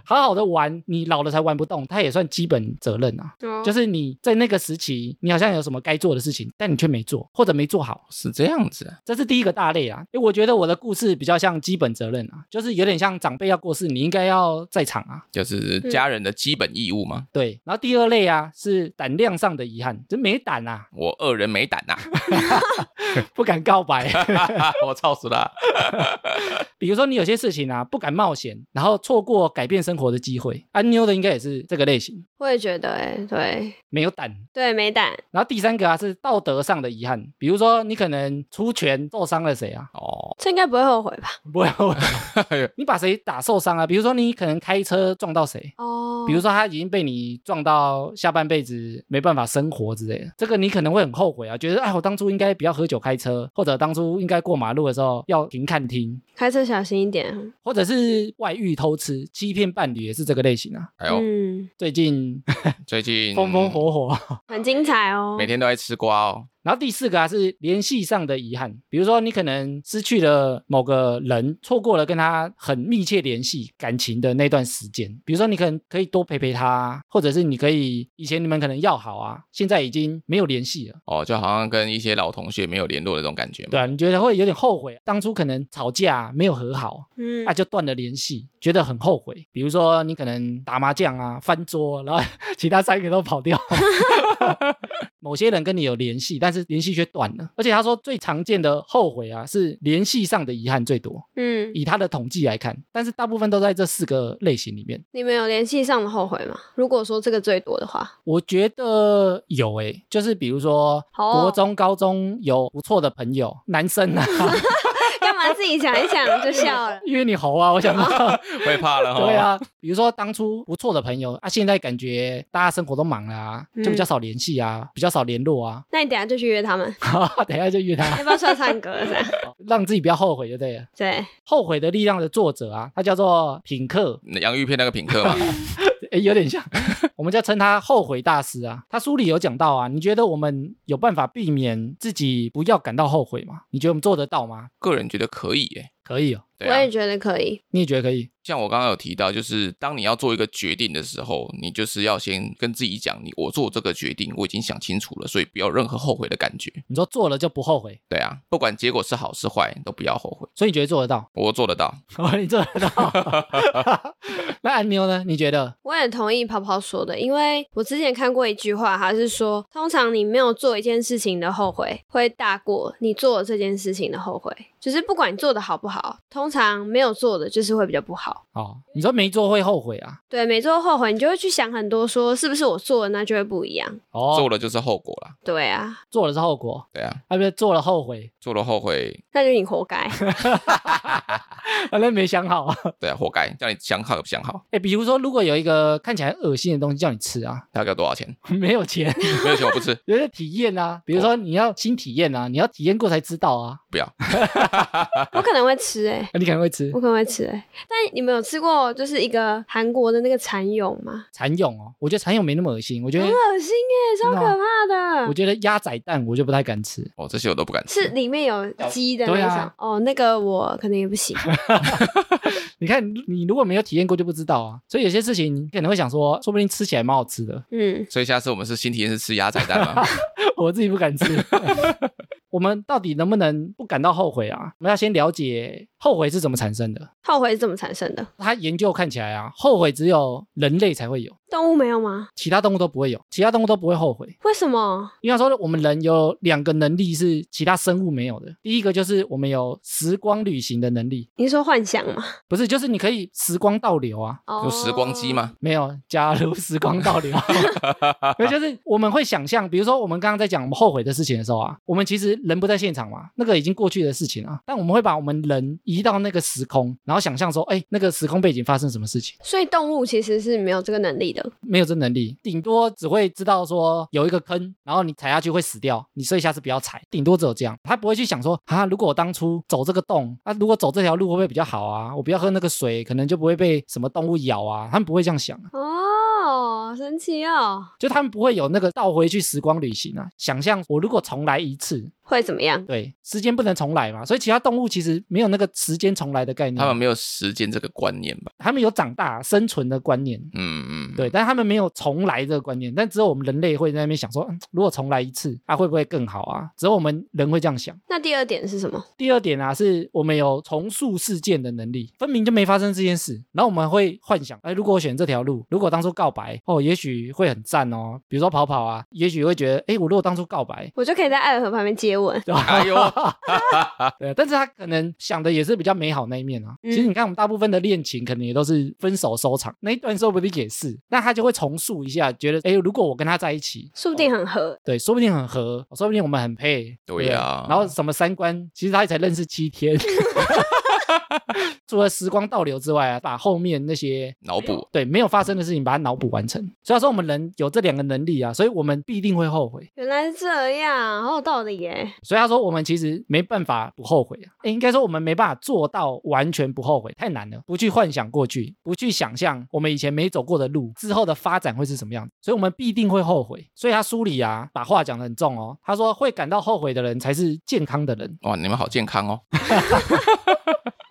好好的玩，你老了才玩不动，它也算基本责任啊。哦就是你在那个时期，你好像有什么该做的事情，但你却没做，或者没做好，是这样子啊、这是第一个大类啊。诶我觉得我的故事比较像基本责任啊，就是有点像长辈要过世，你应该要在场啊。就是嗯家人的基本义务吗？对，然后第二类啊是胆量上的遗憾，就没胆啊，我恶人没胆呐、不敢告白。 <laughs> 我操死了！比如说你有些事情啊不敢冒险，然后错过改变生活的机会。安妞的应该也是这个类型。我也觉得、欸，哎，对没有胆。对，没胆，然后第三个啊是道德上的遗憾，比如说你可能出拳受伤了谁啊， <laughs> 哦， <laughs> 哎这应该不会后悔吧？不会后悔 <laughs> 你把谁打受伤啊？比如说你可能开车撞到谁，哦，比如说他已经被你撞到下半辈子没办法生活之类的，这个你可能会很后悔啊，觉得哎，我当初应该不要喝酒开车，或者当初应该过马路的时候要停看停，开车小心一点。啊或者是外遇、偷吃、欺骗伴侣也是这个类型啊。还有嗯，哦最近最近风风火火。很精彩哦。每天都在吃瓜哦，然后第四个啊是联系上的遗憾，比如说你可能失去了某个人，错过了跟他很密切联系感情的那段时间，比如说你可能可以多陪陪他啊，或者是你可以以前你们可能要好啊，现在已经没有联系了，哦，就好像跟一些老同学没有联络的那种感觉嘛。对啊，你觉得会有点后悔，当初可能吵架啊没有和好，嗯那、，就断了联系，觉得很后悔。比如说你可能打麻将啊翻桌，然后 <laughs> 其他三个都跑掉。 <laughs> 某些人跟你有联系，但是联系却断了。而且他说最常见的后悔啊，是联系上的遗憾最多。嗯，以他的统计来看，但是大部分都在这四个类型里面。你们有联系上的后悔吗？如果说这个最多的话， <laughs> 我觉得有诶、就是比如说哦国中、高中有不错的朋友，男生啊， <laughs> 干嘛自己想一想就笑了？因为你猴啊，我想到。会怕 <laughs> 了哦。对，啊，比如说当初不错的朋友啊，现在感觉大家生活都忙了啊，就比较少联系啊，比较少联络啊。 <laughs> 那你等一下就去约他们，等一下就约他， <laughs> 要不要出来唱歌？这样让自己不要后悔就对了。 <laughs> 对，后悔的力量的作者啊，他叫做品克，洋芋片那个品客嘛，诶，有点像，我们就称他后悔大师啊。他书里有讲到啊，你觉得我们有办法避免自己不要感到后悔吗？你觉得我们做得到吗？个人觉得可以耶。可以哦，对我啊，也觉得可以。你也觉得可以？像我刚刚有提到，就是当你要做一个决定的时候，你就是要先跟自己讲，你我做这个决定，我已经想清楚了，所以不要有任何后悔的感觉。你说做了就不后悔，对啊，不管结果是好是坏，都不要后悔。所以你觉得做得 <laughs> 到？我做得到，哦，你做得到。 <laughs> 那安妞呢？你觉得？我也同意泡泡说的，因为我之前看过一句话，它是说，通常你没有做一件事情的后悔，会大过你做了这件事情的后悔。就是不管你做的好不好，通常没有做的就是会比较不好。哦，你说没做会后悔啊？对，每做后悔，你就会去想很多，说是不是我做了那就会不一样。哦，做了就是后果啦。对啊，做了是后果，对啊，啊，不是做了后悔， <laughs> 做了后悔，那就你活该。反正啊没想好。 <laughs> 对啊，活该。叫你想好不想好，哎，比如说，如果有一个看起来很恶心的东西叫你吃啊， <laughs> 他要给我多少钱？没有钱， <laughs> 没有钱我不吃，有些体验啊，比如说你要新体验啊，你要体验过才知道啊，不要。我可能会吃哎、啊你可能会吃我可能会吃、欸，但你们有吃过就是一个韩国的那个蚕蛹吗？蚕蛹哦，我觉得蚕蛹没那么恶心，我觉得很恶心哎、真超的可哦怕的。我觉得鸭仔蛋我就不太敢吃，哦，这些我都不敢吃。是里面有鸡的那对种、啊哦，那个我可能也不行。 <laughs> 你看你如果没有体验过就不知道啊，所以有些事情你可能会想说，说不定吃起来蛮好吃的，嗯，所以下次我们是新体验是吃鸭仔蛋吗？我自己不敢吃。 <laughs> 我们到底能不能不感到后悔啊？我们要先了解后悔是怎么产生的。后悔是怎么产生的？他研究看起来啊，后悔只有人类才会有，动物没有吗？其他动物都不会有，其他动物都不会后悔。为什么？因为他说我们人有两个能力是其他生物没有的，第一个就是我们有时光旅行的能力，你是说幻想吗？不是，就是你可以时光倒流啊。哦有时光机？吗？没有，假如时光倒流，那就是我们会想象，比如说我们刚刚在讲我们后悔的事情的时候啊，我们其实人不在现场嘛，那个已经过去的事情啊，但我们会把我们人移到那个时空，然后想象说，哎，那个时空背景发生什么事情，哦所以动物其实是没有这个能力的。没有这能力，顶多只会知道说有一个坑，然后你踩下去会死掉，你所以下次不要踩，顶多只有这样。他不会去想说啊，如果我当初走这个洞，啊，如果走这条路会不会比较好啊？我不要喝那个水，可能就不会被什么动物咬啊。他们不会这样想啊，哦，神奇哦，就他们不会有那个倒回去时光旅行啊，想象我如果重来一次，会怎么样？对，时间不能重来嘛，所以其他动物其实没有那个时间重来的概念，他们没有时间这个观念吧？他们有长大生存的观念，嗯嗯，对，但他们没有重来这个观念，但只有我们人类会在那边想说，嗯、如果重来一次，啊，会不会更好啊？只有我们人会这样想。那第二点是什么？第二点啊，是我们有重塑事件的能力，分明就没发生这件事，然后我们会幻想，哎，如果我选这条路，如果当初告白，哦，也许会很赞哦。比如说跑跑啊，也许会觉得，哎，我如果当初告白，我就可以在爱河旁边接文，<laughs> 哎呦，对，但是他可能想的也是比较美好那一面啊。其实嗯你看，我们大部分的恋情可能也都是分手收场，那一段说不定也是，那他就会重塑一下，觉得哎，诶如果我跟他在一起，说不哦定很合。对，说不定很合，说不定我们很配。对不呀然后什么三观，其实他也才认识七天。 <laughs> 除了时光倒流之外啊，把后面那些脑补对没有发生的事情把它脑补完成。所以说我们人有这两个能力啊，所以我们必定会后悔。原来是这样，好有道理耶！所以他说我们其实没办法不后悔啊，诶应该说我们没办法做到完全不后悔，太难了。不去幻想过去，不去想象我们以前没走过的路之后的发展会是什么样子，所以我们必定会后悔。所以他书里啊把话讲得很重哦，他说会感到后悔的人才是健康的人。哇，你们好健康哦！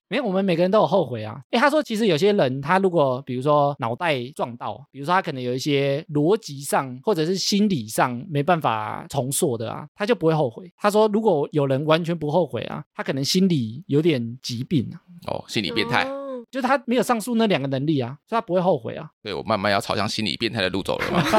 没有，我们每个人都有后悔啊。诶，他说其实有些人他如果比如说脑袋撞到，比如说他可能有一些逻辑上或者是心理上没办法重塑的啊，他就不会后悔。他说如果有人完全不后悔啊，他可能心理有点疾病啊，哦，心理变态，哦就是他没有上述那两个能力啊，所以他不会后悔啊。对我慢慢要朝向心理变态的路走了嘛。 <laughs>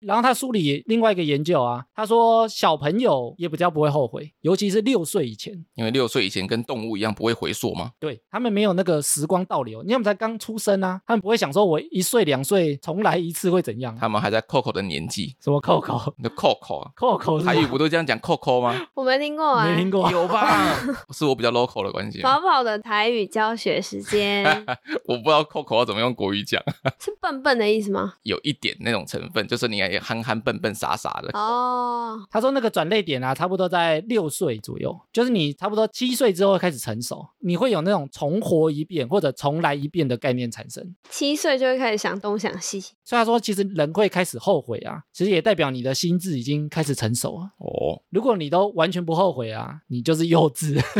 然后他梳理另外一个研究啊，他说小朋友也比较不会后悔，尤其是六岁以前，因为六岁以前跟动物一样不会回溯吗？对他们没有那个时光倒流，因为他们才刚出生啊，他们不会想说我一岁两岁重来一次会怎样啊。他们还在 Coco 的年纪，什么扣扣那 Coco 啊扣扣是台语什不都这样讲 Coco 吗？我没听过么啊， <laughs> 没听过， <laughs> 有吧？ <laughs> 是我比较 local 的关系吗，跑跑的台语教学时 <laughs> 间我不知道 Coco 要怎么用国语讲，是笨笨的意思吗？有一点那种成分，就是你也憨憨笨笨傻傻的，哦，他说那个转类点啊，差不多在六岁左右，就是你差不多七岁之后开始成熟，你会有那种重活一遍或者重来一遍的概念产生。七岁就会开始想东想西，所以他说，其实人会开始后悔啊，其实也代表你的心智已经开始成熟啊。哦，如果你都完全不后悔啊，你就是幼稚， <laughs>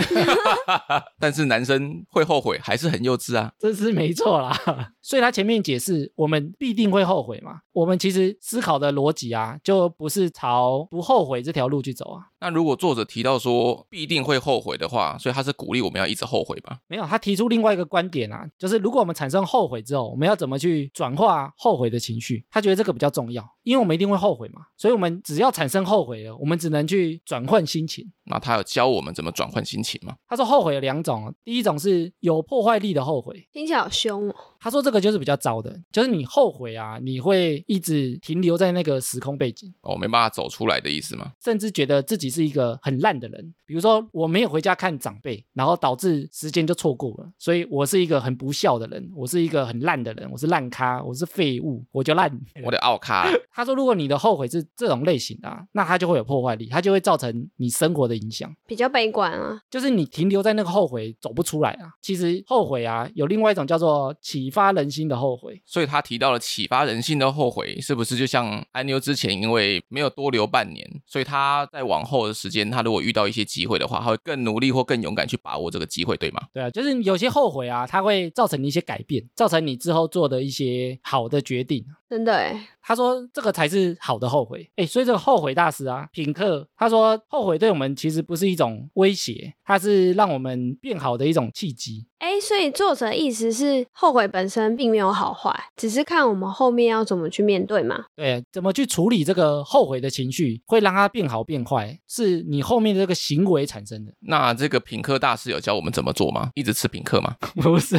但是男生会后悔，还是很幼稚啊。这是没错啦。所以他前面解释，我们必定会后悔嘛。我们其实思考的逻辑啊，就不是朝不后悔这条路去走啊。那如果作者提到说必定会后悔的话，所以他是鼓励我们要一直后悔吧？没有，他提出另外一个观点啊，就是如果我们产生后悔之后，我们要怎么去转化后悔的情绪？他觉得这个比较重要，因为我们一定会后悔嘛，所以我们只要产生后悔了，我们只能去转换心情。那他有教我们怎么转换心情吗？他说后悔有两种，哦第一种是有破坏力的后悔，听起来好凶哦。他说这个就是比较糟的，就是你后悔啊，你会一直停留在那个时空背景。哦，没办法走出来的意思吗？甚至觉得自己是一个很烂的人，比如说我没有回家看长辈，然后导致时间就错过了，所以我是一个很不孝的人，我是一个很烂的人，我是烂咖，我是废物，我就烂。 <laughs> 我得奥卡啦，啊他说，如果你的后悔是这种类型的啊，那他就会有破坏力，他就会造成你生活的影响。比较悲观啊，就是你停留在那个后悔走不出来啊。其实后悔啊，有另外一种叫做启发人心的后悔，所以他提到了启发人性的后悔，是不是就像安妞之前因为没有多留半年，所以他在往后的时间，他如果遇到一些机会的话，他会更努力或更勇敢去把握这个机会，对吗？对啊，就是有些后悔啊，它会造成你一些改变，造成你之后做的一些好的决定。啊真的哎，他说这个才是好的后悔。哎，所以这个后悔大师啊，品克他说后悔对我们其实不是一种威胁，它是让我们变好的一种契机。哎，所以作者意思是后悔本身并没有好坏，只是看我们后面要怎么去面对嘛。对，怎么去处理这个后悔的情绪，会让它变好变坏，是你后面的这个行为产生的， <laughs> 那这个品客大师有教我们怎么做吗？一直吃品客吗？ <laughs> 不是？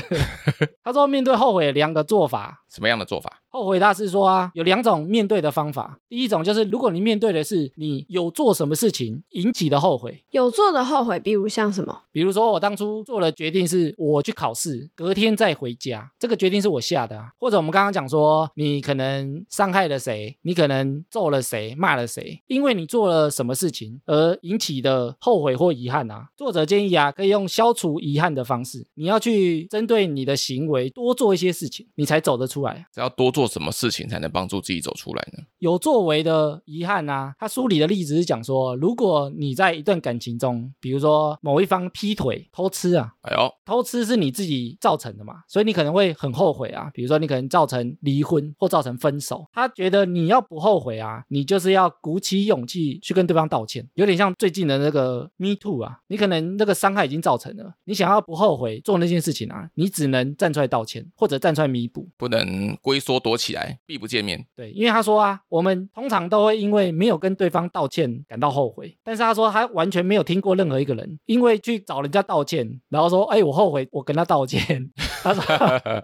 他说面对后悔有两个做法。什么样的做法？后悔大师说啊，有两种面对的方法。第一种就是，如果你面对的是你有做什么事情引起的后悔，有做的后悔，比如像什么？比如说，我当初做了决定是我去考试，隔天再回家，这个决定是我下的啊。或者我们刚刚讲说，你可能伤害了谁，你可能揍了谁，骂了谁，因为你做了什么事情而引起的后悔或遗憾啊。作者建议啊，可以用消除遗憾的方式，你要去针对你的行为多做一些事情，你才走得出来。啊只要多做什么事情才能帮助自己走出来呢？有作为的遗憾啊。他书里的例子是讲说，如果你在一段感情中，比如说某一方劈腿、偷吃啊，哎呦，偷吃是你自己造成的嘛，所以你可能会很后悔啊。比如说，你可能造成离婚或造成分手。他觉得你要不后悔啊，你就是要鼓起勇气去跟对方道歉，有点像最近的那个 Me Too 啊，你可能那个伤害已经造成了，你想要不后悔做那件事情啊，你只能站出来道歉或者站出来弥补。不能龟缩躲躲起来，避不见面。对，因为他说啊，我们通常都会因为没有跟对方道歉感到后悔，但是他说他完全没有听过任何一个人因为去找人家道歉，然后说，哎，我后悔，我跟他道歉。 <laughs> 他说，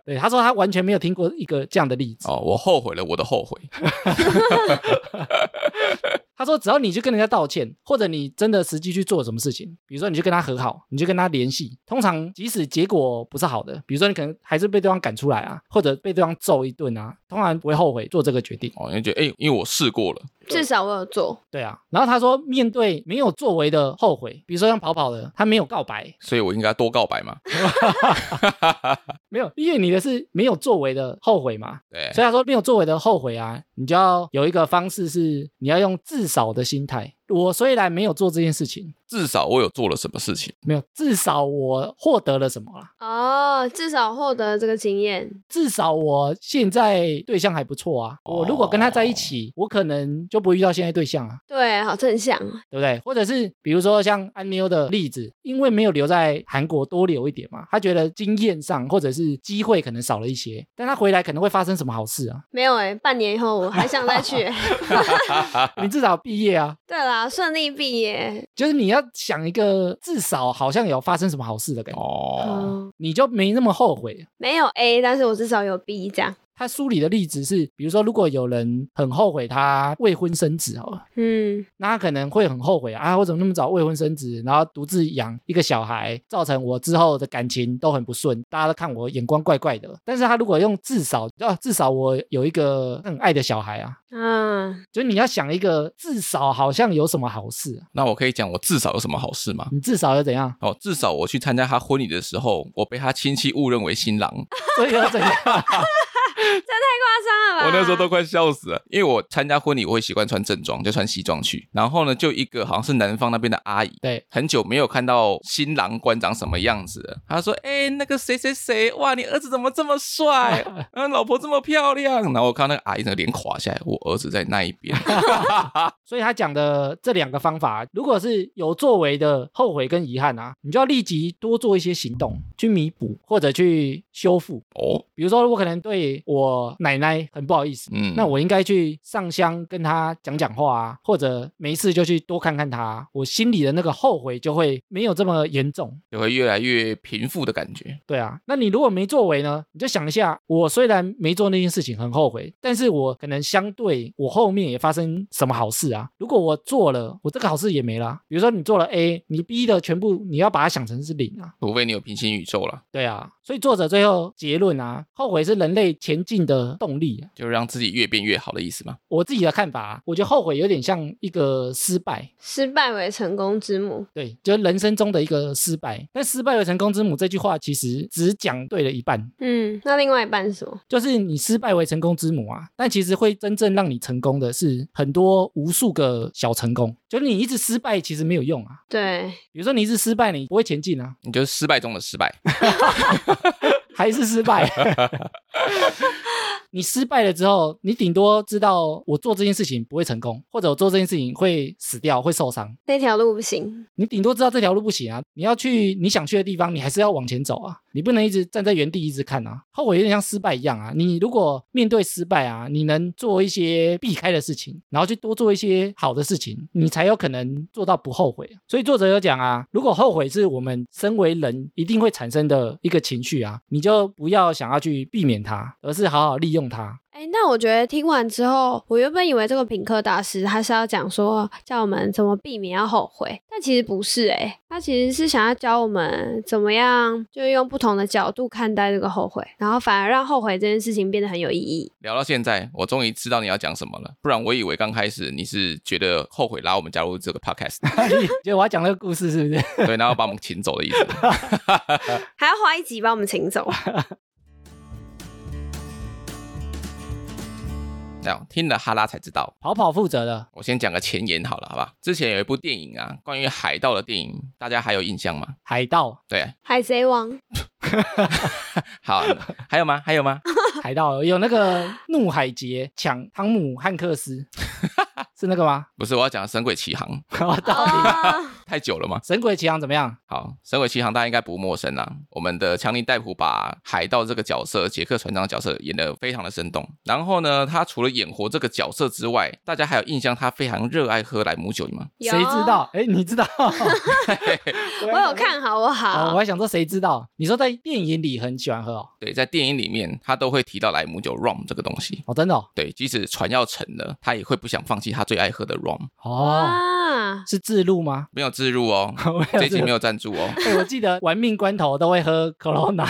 对，他说他完全没有听过一个这样的例子。哦，我后悔了，我的后悔。他说，只要你去跟人家道歉，或者你真的实际去做什么事情，比如说你去跟他和好，你去跟他联系，通常即使结果不是好的，比如说你可能还是被对方赶出来啊，或者被对方揍一顿啊，通常不会后悔做这个决定。哦，因为觉得哎、因为我试过了，至少我有做，对啊，然后他说，面对没有作为的后悔，比如说像跑跑的，他没有告白，所以我应该多告白嘛。没有，因为你的是没有作为的后悔嘛，对，所以他说没有作为的后悔啊，你就要有一个方式是，你要用至少的心态。我虽然没有做这件事情，至少我有做了什么事情。没有，至少我获得了什么啦？哦，至少获得这个经验，至少我现在对象还不错啊。我如果跟他在一起，我可能就不会遇到现在对象啊，对，好正向啊，对不对？或者是比如说像安妞的例子，因为没有留在韩国多留一点嘛，他觉得经验上或者是机会可能少了一些，但他回来可能会发生什么好事啊？ <laughs> 没有哎、半年以后我还想再去 <laughs> 欸、你至少毕业啊，对啦，顺利毕业，就是你要想一个至少好像有发生什么好事的感觉，哦，哦，你就没那么后悔。没有 A，但是我至少有 B 这样，他书里的例子是，比如说，如果有人很后悔他未婚生子，好了，嗯，那他可能会很后悔啊，我怎么那么早未婚生子，然后独自养一个小孩，造成我之后的感情都很不顺，大家都看我眼光怪怪的。但是他如果用至少，啊，至少我有一个很爱的小孩啊，啊，就是你要想一个至少好像有什么好事啊，那我可以讲我至少有什么好事吗？你至少要怎样，哦，至少我去参加他婚礼的时候，我被他亲戚误认为新 <laughs> 郎，所以要怎样，夸张了吧？我那时候都快笑死了。因为我参加婚礼，我会习惯穿正装，就穿西装去。然后呢，就一个好像是南方那边的阿姨，对，很久没有看到新郎官长什么样子了。他说：“哎、那个谁谁谁，哇，你儿子怎么这么 <laughs> 哎帅？嗯，老婆这么漂亮。”然后我看到那个阿姨整个脸垮下来，我儿子在那一 <laughs> 边。所以他讲的这两个方法，如果是有作为的后悔跟遗憾啊，你就要立即多做一些行动去弥补或者去修复。哦，比如说，我可能对我奶奶很不好意思，嗯，那我应该去上香跟他讲讲话啊，或者没事就去多看看他，啊我心里的那个后悔就会没有这么严重。就会越来越贫富的感觉。对啊，那你如果没作为呢？你就想一下，我虽然没做那件事情很后悔，但是我可能相对我后面也发生什么好事啊？如果我做了，我这个好事也没啦。比如说你做了 A，你 B 的全部你要把它想成是零啊。除非你有平行宇宙了，对啊，所以作者最后结论啊，后悔是人类前进的动力啊、就让自己越变越好的意思嘛。我自己的看法、啊，我觉得后悔有点像一个失败，失败为成功之母，对，就是人生中的一个失败。但“失败为成功之母”这句话其实只讲对了一半，嗯，那另外一半是什么？就是你失败为成功之母啊。但其实会真正让你成功的是很多无数个小成功，就是你一直失败其实没有用啊。对，比如说你一直失败，你不会前进啊，你就是失败中的失败。还是失败。你失败了之后，你顶多知道我做这件事情不会成功，或者我做这件事情会死掉、会受伤。那条路不行，你顶多知道这条路不行啊，你要去你想去的地方，你还是要往前走啊，你不能一直站在原地一直看啊。后悔有点像失败一样啊，你如果面对失败啊，你能做一些避开的事情，然后去多做一些好的事情，你才有可能做到不后悔。所以作者有讲啊，如果后悔是我们身为人一定会产生的一个情绪啊，你就不要想要去避免它，而是好好利用它。 <laughs> 哎，那我觉得听完之后，我原本以为这个品客大师他是要讲说叫我们怎么避免要后悔，但其实不是哎、他其实是想要教我们怎么样，就是用不同的角度看待这个后悔，然后反而让后悔这件事情变得很有意义。聊到现在，我终于知道你要讲什么了，不然我以为刚开始你是觉得后悔拉我们加入这个 podcast， <laughs> 就我要讲那个故事是不是？ <laughs> 对，然后把我们请走的意思。还要花一集把我们请走。这样听了哈拉才知道。跑跑负责的，我先讲个前言好了，好吧？之前有一部电影啊，关于海盗的电影，大家还有印象吗？海盗，对，海贼王，好，还有吗？还有吗？海盗有那个怒海劫抢汤 <laughs> 姆汉克斯，是那个吗？ <laughs> 哦不是，我要讲《神鬼奇航》。我到底啊太久了嘛。神鬼奇航怎么样？好，神鬼奇航大家应该不陌生啦。我们的强尼戴普把海盗这个角色，杰克船长的角色演得非常的生动。然后呢，他除了演活这个角色之外，大家还有印象他非常热爱喝莱姆酒吗？<laughs> 有谁知？道？哎，你知道？ <laughs> 我哦有看好不哦，我好？还想说谁知道？你说在电影里很喜欢喝哦，对，在电影里面他都会提到莱姆酒 rum 这个东西。哦，真的哦，对，即使船要沉了，他也会不想放弃他最爱喝的 rum。哦哇，是自录吗？，没有置入哦我 <laughs> 这一集没有有赞助哦，自录。哎我记得玩命关头都会喝 Corona，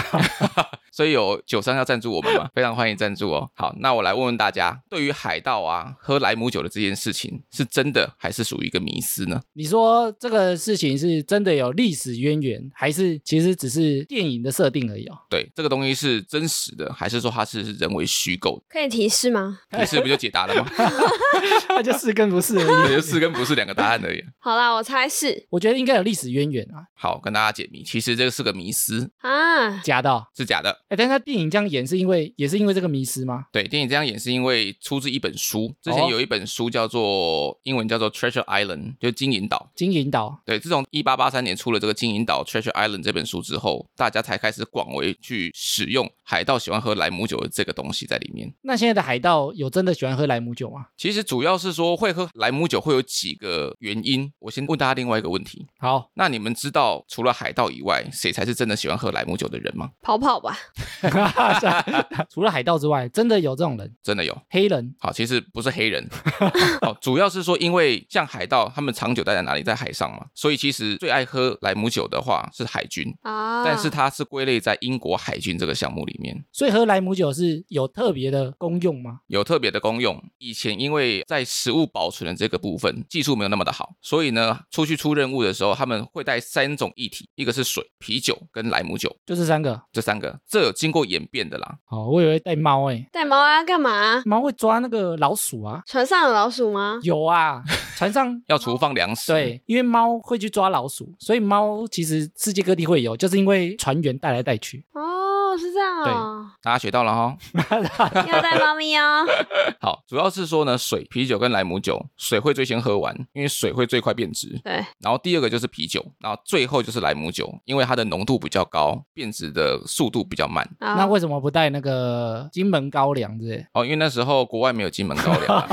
<laughs> 所以有酒商要赞助我们吗？非常欢迎赞助哦。好，那我来问问大家，对于海盗啊喝莱姆酒的这件事情，是真的还是属于一个迷思呢？你说这个事情是真的有历史渊源，还是其实只是电影的设定而已哦？对，这个东西是真实的，还是说它是人为虚构可以提示吗？的？提示不就解答了吗？ <laughs> 那 <laughs> 就是跟不是而已。也就是跟不是两个答案而已。好啦，我猜是 <laughs> 我觉得应该有历史渊源啊，好，跟大家解谜，其实这个是个迷思，啊，假的、哦。是假的。哎，但是他电影这样演是因为也是因为这个迷失吗？对，电影这样演是因为出自一本书，之前哦有一本书叫做英文叫做《Treasure Island》，就是金银岛。金银岛对，自从一八八三年出了这个《金银岛 Treasure Island》这本书之后，大家才开始广为去使用海盗喜欢喝莱姆酒的这个东西在里面。那现在的海盗有真的喜欢喝莱姆酒吗？其实主要是说会喝莱姆酒会有几个原因。我先问大家另外一个问题： <laughs> 好，那你们知道除了海盗以外，谁才是真的喜欢喝莱姆酒的人吗？跑跑吧， <laughs> 除了海盗之外，真的有这种人，真的有。黑人好，其实不是黑人，哦，主要是说，因为像海盗，他们长久待在哪里，在海上嘛，所以其实最爱喝莱姆酒的话是海军，啊，但是它是归类在英国海军这个项目里面。所以喝莱姆酒是有特别的功用吗？有特别的功用。以前因为在食物保存的这个部分技术没有那么的好，所以呢，出去出任务的时候，他们会带三种液体，一个是水、啤酒跟莱姆酒就这三个。这三个，这有经过演变的啦。哦，我以为带猫诶，带猫啊干嘛？ <laughs> 猫会抓那个老鼠啊。船上有老鼠吗？有啊，船上要储放粮食，， <laughs> 对，因为猫会去抓老鼠，所以猫其实世界各地会有，就是因为船员带来带去。 <laughs> 哦，是这样哦，大家学到了哈。 <laughs> 要带猫咪 <laughs> 哦。好，主要是说呢，水、啤酒跟莱姆酒，水会最先喝完，因为水会最快变质。对，然后第二个就是啤酒，然后最后就是莱姆酒，因为它的浓度比较高，变质的速度比较慢。好那为什么不带那个金门高粱之类？哦，因为那时候国外没有金门高粱啊、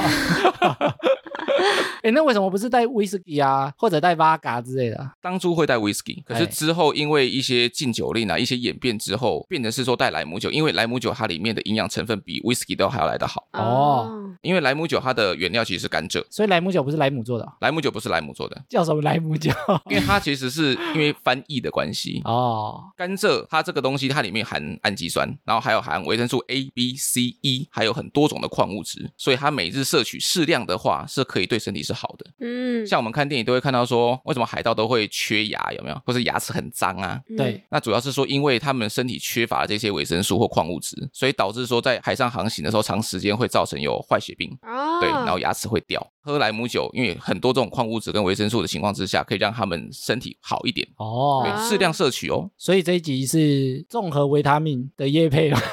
哎，那为什么不是带威士忌啊，或者带 v 嘎之类的啊？当初会带 whisky，可哎是之后因为一些禁酒令啊，一些演变之后，变成是说带莱姆酒，因为莱姆酒它里面的营养成分比 whisky 都还要来得好，哦，因为莱姆酒它的原料其实是甘蔗，所以莱姆酒不是莱姆做的哦、莱姆酒不是莱姆做的，叫什么莱姆酒？ <laughs> 因为它其实是因为翻译的关系。哦，甘蔗它这个东西，它里面含氨基酸，然后还有含维生素 A、B、C、E，还有很多种的矿物质，所以它每日摄取适量的话，是可以对身体是好的。嗯，像我们看电影都会看到说，为什么海盗都会缺牙，有没有？或是牙齿很脏啊？嗯对，那主要是说，因为他们身体缺乏这些维生素或矿物质，所以导致说在海上航行的时候，长时间会造成有坏血病，哦，对，然后牙齿会掉。喝莱姆酒，因为很多这种矿物质跟维生素的情况之下，可以让他们身体好一点，哦，对，适量摄取哦。所以这一集是综合维他命的叶配吗？ <laughs>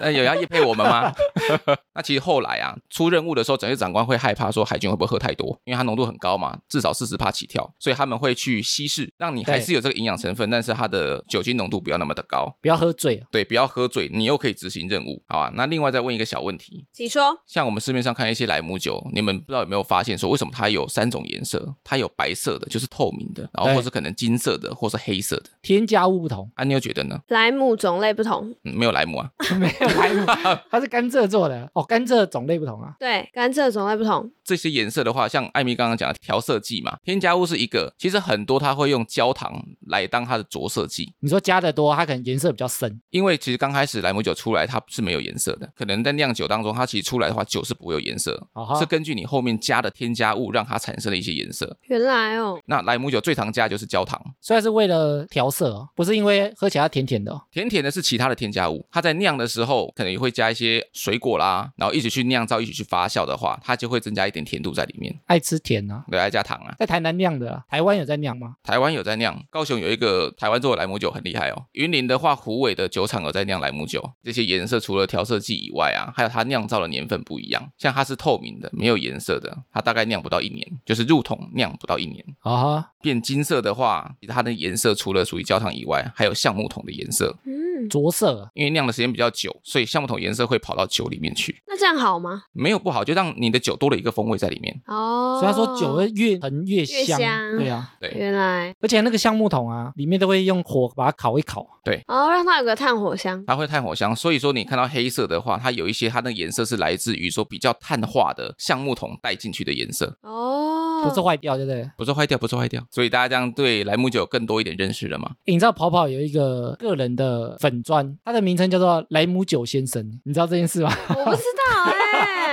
那有要叶配我们吗？ <laughs> 那其实后来啊，出任务的时候，整个长官会害怕说海军会不会喝太多，因为它浓度很高嘛，至少四十帕起跳，所以他们会去稀释，让你还对是有这个营养成分，但是它的酒精浓度不要那么的高。不要喝醉啊！对，不要喝醉，你又可以执行任务，好啊。那另外再问一个小问题，请说。像我们市面上看一些莱姆酒，你们不知道有没有发现说，为什么它有三种颜色？它有白色的，就是透明的，然后对或是可能金色的，或是黑色的。添加物不同， <laughs> 啊，你有觉得呢？莱姆种类不同，嗯，没有莱姆啊，没有莱姆，它是甘蔗做的哦，甘蔗种类不同啊。对，甘蔗种类不同，这些颜色的话，像艾米刚刚讲的调色剂嘛，添加物是一个，其实很多它会用焦糖来当它的着色剂。你说加的多，它可能颜色比较深因为其实刚开始莱姆酒出来，它是没有颜色的，可能在酿酒当中，它其实出来的话，酒是不会有颜色，哦哈是根据你后面加的添加物让它产生了一些颜色。原来哦，那莱姆酒最常加的就是焦糖，虽然是为了调色哦，不是因为喝起来它甜甜的哦。甜甜的是其他的添加物，它在酿的时候可能也会加一些水果啦，然后一起去酿造，一起去发酵的话，它就会增加一点甜度在里面，爱吃甜啊，对，再加糖啊。在台南酿的啊，台湾有在酿吗？台湾有在酿，高雄有一个台湾做的莱姆酒很厉害哦。云林的话，虎尾的酒厂有在酿莱姆酒，这些颜色除了调色剂以外啊，还有它酿造的年份不一样，像它是透明的，没有颜色的，它大概酿不到一年，就是入桶酿不到一年。啊哈，变金色的话，它的颜色除了属于焦糖以外，还有橡木桶的颜色，嗯，着色啊因为酿的时间比较久，所以橡木桶颜色会跑到酒里面去，那这样好吗？没有不好，就让你的酒多了一个风味在里面。哦，所以他说酒会越陈越香，香对啊，原来而且那个橡木桶啊，里面都会用火把它烤一烤，哦，让它有个炭火香，它会炭火香，所以说你看到黑色的话，它有一些它的颜色是来自于说比较碳化的橡木桶带进去的颜色，哦，不是坏掉，对不对？不是坏掉，不是坏掉。所以大家这样对莱姆酒有更多一点认识了嘛？诶你知道跑跑有一个个人的粉砖，他的名称叫做莱姆酒先生，你知道这件事吗？ <laughs> 我不知道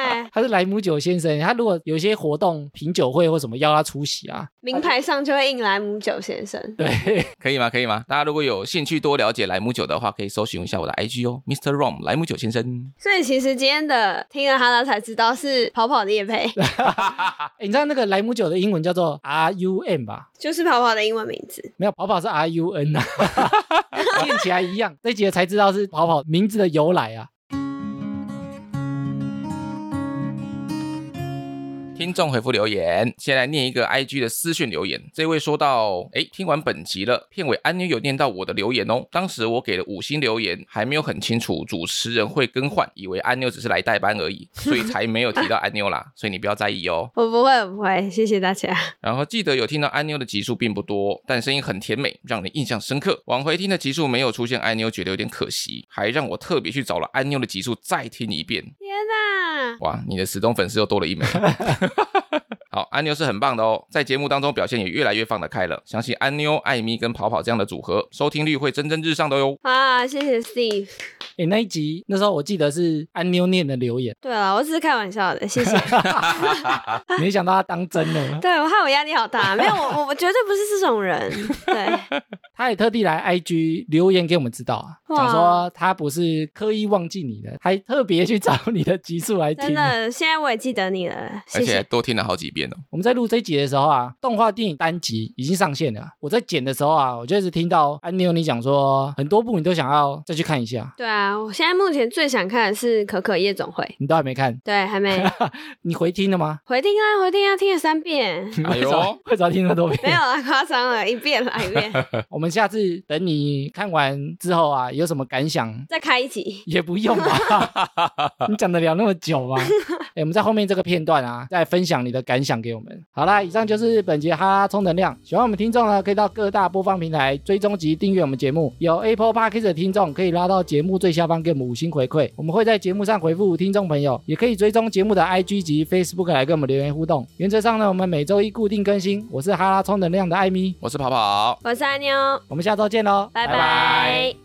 哎、他是莱姆酒先生，他如果有些活动品酒会或什么邀他出席啊，名牌上就会印莱姆酒先生。对，可以吗？可以吗？大家如果有兴趣多了解莱姆酒的话，可以搜寻一下我的 IG 哦，Mr. Rom 莱姆酒先生。所以其实今天的听了哈拉才知道是跑跑的夜配，啊诶你知道那个莱姆酒的英文叫做 R U N 吧？就是跑跑的英文名字。没有，跑跑是 R U N 啊， <laughs> 念起来一样。这节才知道是跑跑名字的由来啊。听众回复留言，先来念一个 IG 的私讯留言。这位说到，哎，听完本集了，片尾安妞有念到我的留言哦。当时我给了五星留言，还没有很清楚主持人会更换，以为安妞只是来代班而已，所以才没有提到安妞啦。 <laughs> 所以你不要在意哦。我不会，我不会，谢谢大家。 <laughs> 然后记得有听到安妞的集数并不多，但声音很甜美，让人印象深刻。往回听的集数没有出现安妞，觉得有点可惜，还让我特别去找了安妞的集数再听一遍。天哪，哇，你的死忠粉丝又多了一 <laughs> 枚。好，安妞是很棒的哦，在节目当中表现也越来越放得开了。相信安妞、艾米跟跑跑这样的组合，收听率会蒸蒸日上的哦哟。哇，啊谢谢 Steve。诶，那一集那时候我记得是安妞念的留言，对了，我只是开玩笑的，谢 <laughs> 谢。没想到他当真了，对我害我压力好大，没有我我我绝对不是这种人。 <laughs> 对，他也特地来 IG 留言给我们知道啊，哇讲说他不是刻意忘记你的，还特别去找你的集数来听真。的，现在我也记得你了，而且谢谢。多听了好几 <laughs> 遍哦。我们在录这一集的时候啊，动画电影单集已经上线了。我在剪的时候啊，我就一直听到安妞你讲说，很多部你都想要再去看一下，对啊，我现在目前最想看的是可可夜总会。你都还没看，对，还没你回听了吗？ <laughs> 回听啊，回听啊，听了三 <laughs> 遍，哎为呦什么为什么听那么多遍？没有啦，夸张了，一遍啦，一遍，我们下次等你看完之后啊，有什么感想？再开一集。也不用吧，你讲得了那么久吗？哎、我们在后面这个片段啊，再分享你的感想给我们。好啦，以上就是本节哈拉充能量。喜欢我们听众呢，可以到各大播放平台追踪及订阅我们节目。有 Apple Podcast 的听众可以拉到节目最下方给我们五星回馈，我们会在节目上回复听众朋友，也可以追踪节目的 IG 及 Facebook 来跟我们留言互动。原则上呢，我们每周一固定更新。我是哈拉充能量的艾米，我是跑跑，我是阿妞，我们下周见喽，拜拜拜